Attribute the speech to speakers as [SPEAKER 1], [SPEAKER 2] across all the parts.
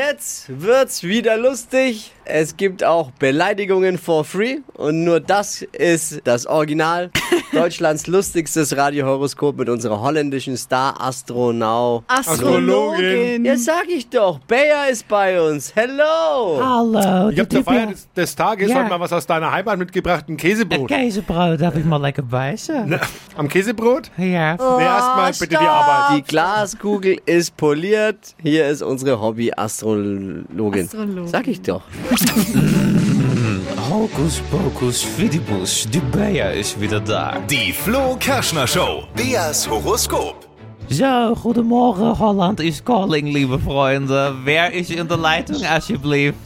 [SPEAKER 1] Jetzt wird's wieder lustig. Es gibt auch Beleidigungen for free und nur das ist das Original. Deutschlands lustigstes Radiohoroskop mit unserer holländischen Star-Astronau.
[SPEAKER 2] Astrologin.
[SPEAKER 1] Jetzt sag ich doch, Bayer ist bei uns. Hello!
[SPEAKER 3] Hallo.
[SPEAKER 2] Ich habe zur Feier des, des Tages
[SPEAKER 3] Ja.
[SPEAKER 2] heute mal was aus deiner Heimat mitgebracht, ein Käsebrot. Ne?
[SPEAKER 3] Käsebrot darf ich mal lecker beißen.
[SPEAKER 2] Am Käsebrot?
[SPEAKER 3] Ja.
[SPEAKER 2] Nee, erstmal bitte die Arbeit.
[SPEAKER 1] Die Glaskugel ist poliert. Hier ist unsere Hobby-Astrologin.
[SPEAKER 4] Astrologin.
[SPEAKER 1] Sag ich doch.
[SPEAKER 3] Hokus pokus fidibus, die Bayer ist wieder da.
[SPEAKER 5] Die Flo Kerschner Show. Beas Horoskop.
[SPEAKER 3] Zo, goedemorgen Holland is calling, liebe Freunde. Wer ist in der Leitung, alsjeblieft?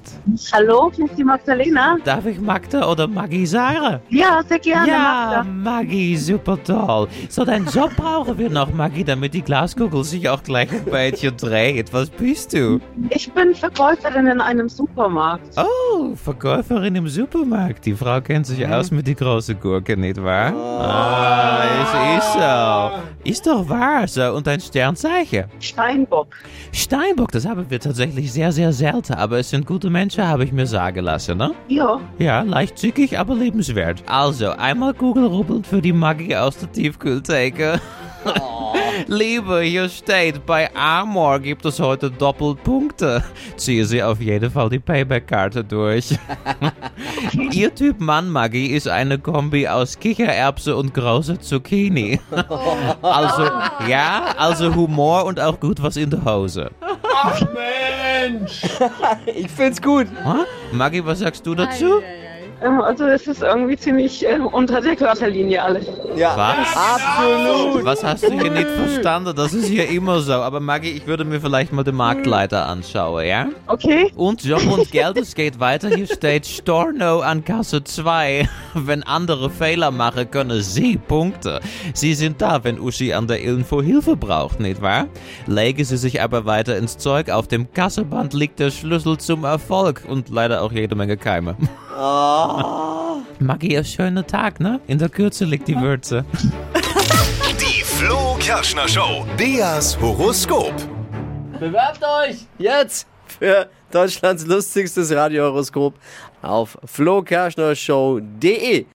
[SPEAKER 6] Hallo, hier ist die Magdalena.
[SPEAKER 3] Darf ich Magda oder Maggie sagen?
[SPEAKER 6] Ja, sehr gerne.
[SPEAKER 3] Ja,
[SPEAKER 6] Magda.
[SPEAKER 3] Maggie, super toll. So, deinen Job brauchen wir noch, Maggie, damit die Glaskugel sich auch gleich ein bisschen dreht. Was bist du?
[SPEAKER 6] Ich bin Verkäuferin in einem Supermarkt.
[SPEAKER 3] Oh, Verkäuferin im Supermarkt. Die Frau kennt sich aus mit die große Gurke, nicht wahr? Ah, es ist so. Ist doch wahr, so. Und dein Sternzeichen?
[SPEAKER 6] Steinbock.
[SPEAKER 3] Steinbock, das haben wir tatsächlich sehr, sehr selten. Aber es sind gute Menschen, habe ich mir sagen lassen, ne?
[SPEAKER 6] Ja,
[SPEAKER 3] Ja, leicht zickig, aber lebenswert. Also, einmal Kugelrubbeln für die Magie aus der Tiefkühltheke. Liebe, hier steht, bei Amor gibt es heute Doppelpunkte. Ziehe sie auf jeden Fall die Payback-Karte durch. Ihr Typ Mann-Magie ist eine Kombi aus Kichererbse und großer Zucchini. Also, ja, also Humor und auch gut was in der Hose.
[SPEAKER 2] Mensch!
[SPEAKER 1] Ich find's gut.
[SPEAKER 3] Huh? Maggie, was sagst du dazu?
[SPEAKER 6] ähm, also es ist irgendwie ziemlich äh, unter der Körperlinie alles.
[SPEAKER 1] Ja.
[SPEAKER 3] Was?
[SPEAKER 1] Absolut.
[SPEAKER 3] Was hast du hier nicht verstanden? Das ist hier immer so. Aber Maggie, ich würde mir vielleicht mal den Marktleiter anschauen, ja?
[SPEAKER 6] Okay?
[SPEAKER 3] Und Job und Geld, es geht weiter. Hier steht Storno an Kasse 2. Wenn andere Fehler machen, können sie Punkte. Sie sind da, wenn Uschi an der Info Hilfe braucht, nicht wahr? Legen sie sich aber weiter ins Zeug. Auf dem Kasseband liegt der Schlüssel zum Erfolg und leider auch jede Menge Keime. Maggie, ein schöner Tag, ne? In der Kürze liegt die Würze.
[SPEAKER 5] Die Flo Kerschner Show. Beas Horoskop.
[SPEAKER 1] Bewerbt euch jetzt für Deutschlands lustigstes Radiohoroskop auf flokerschnershow.de.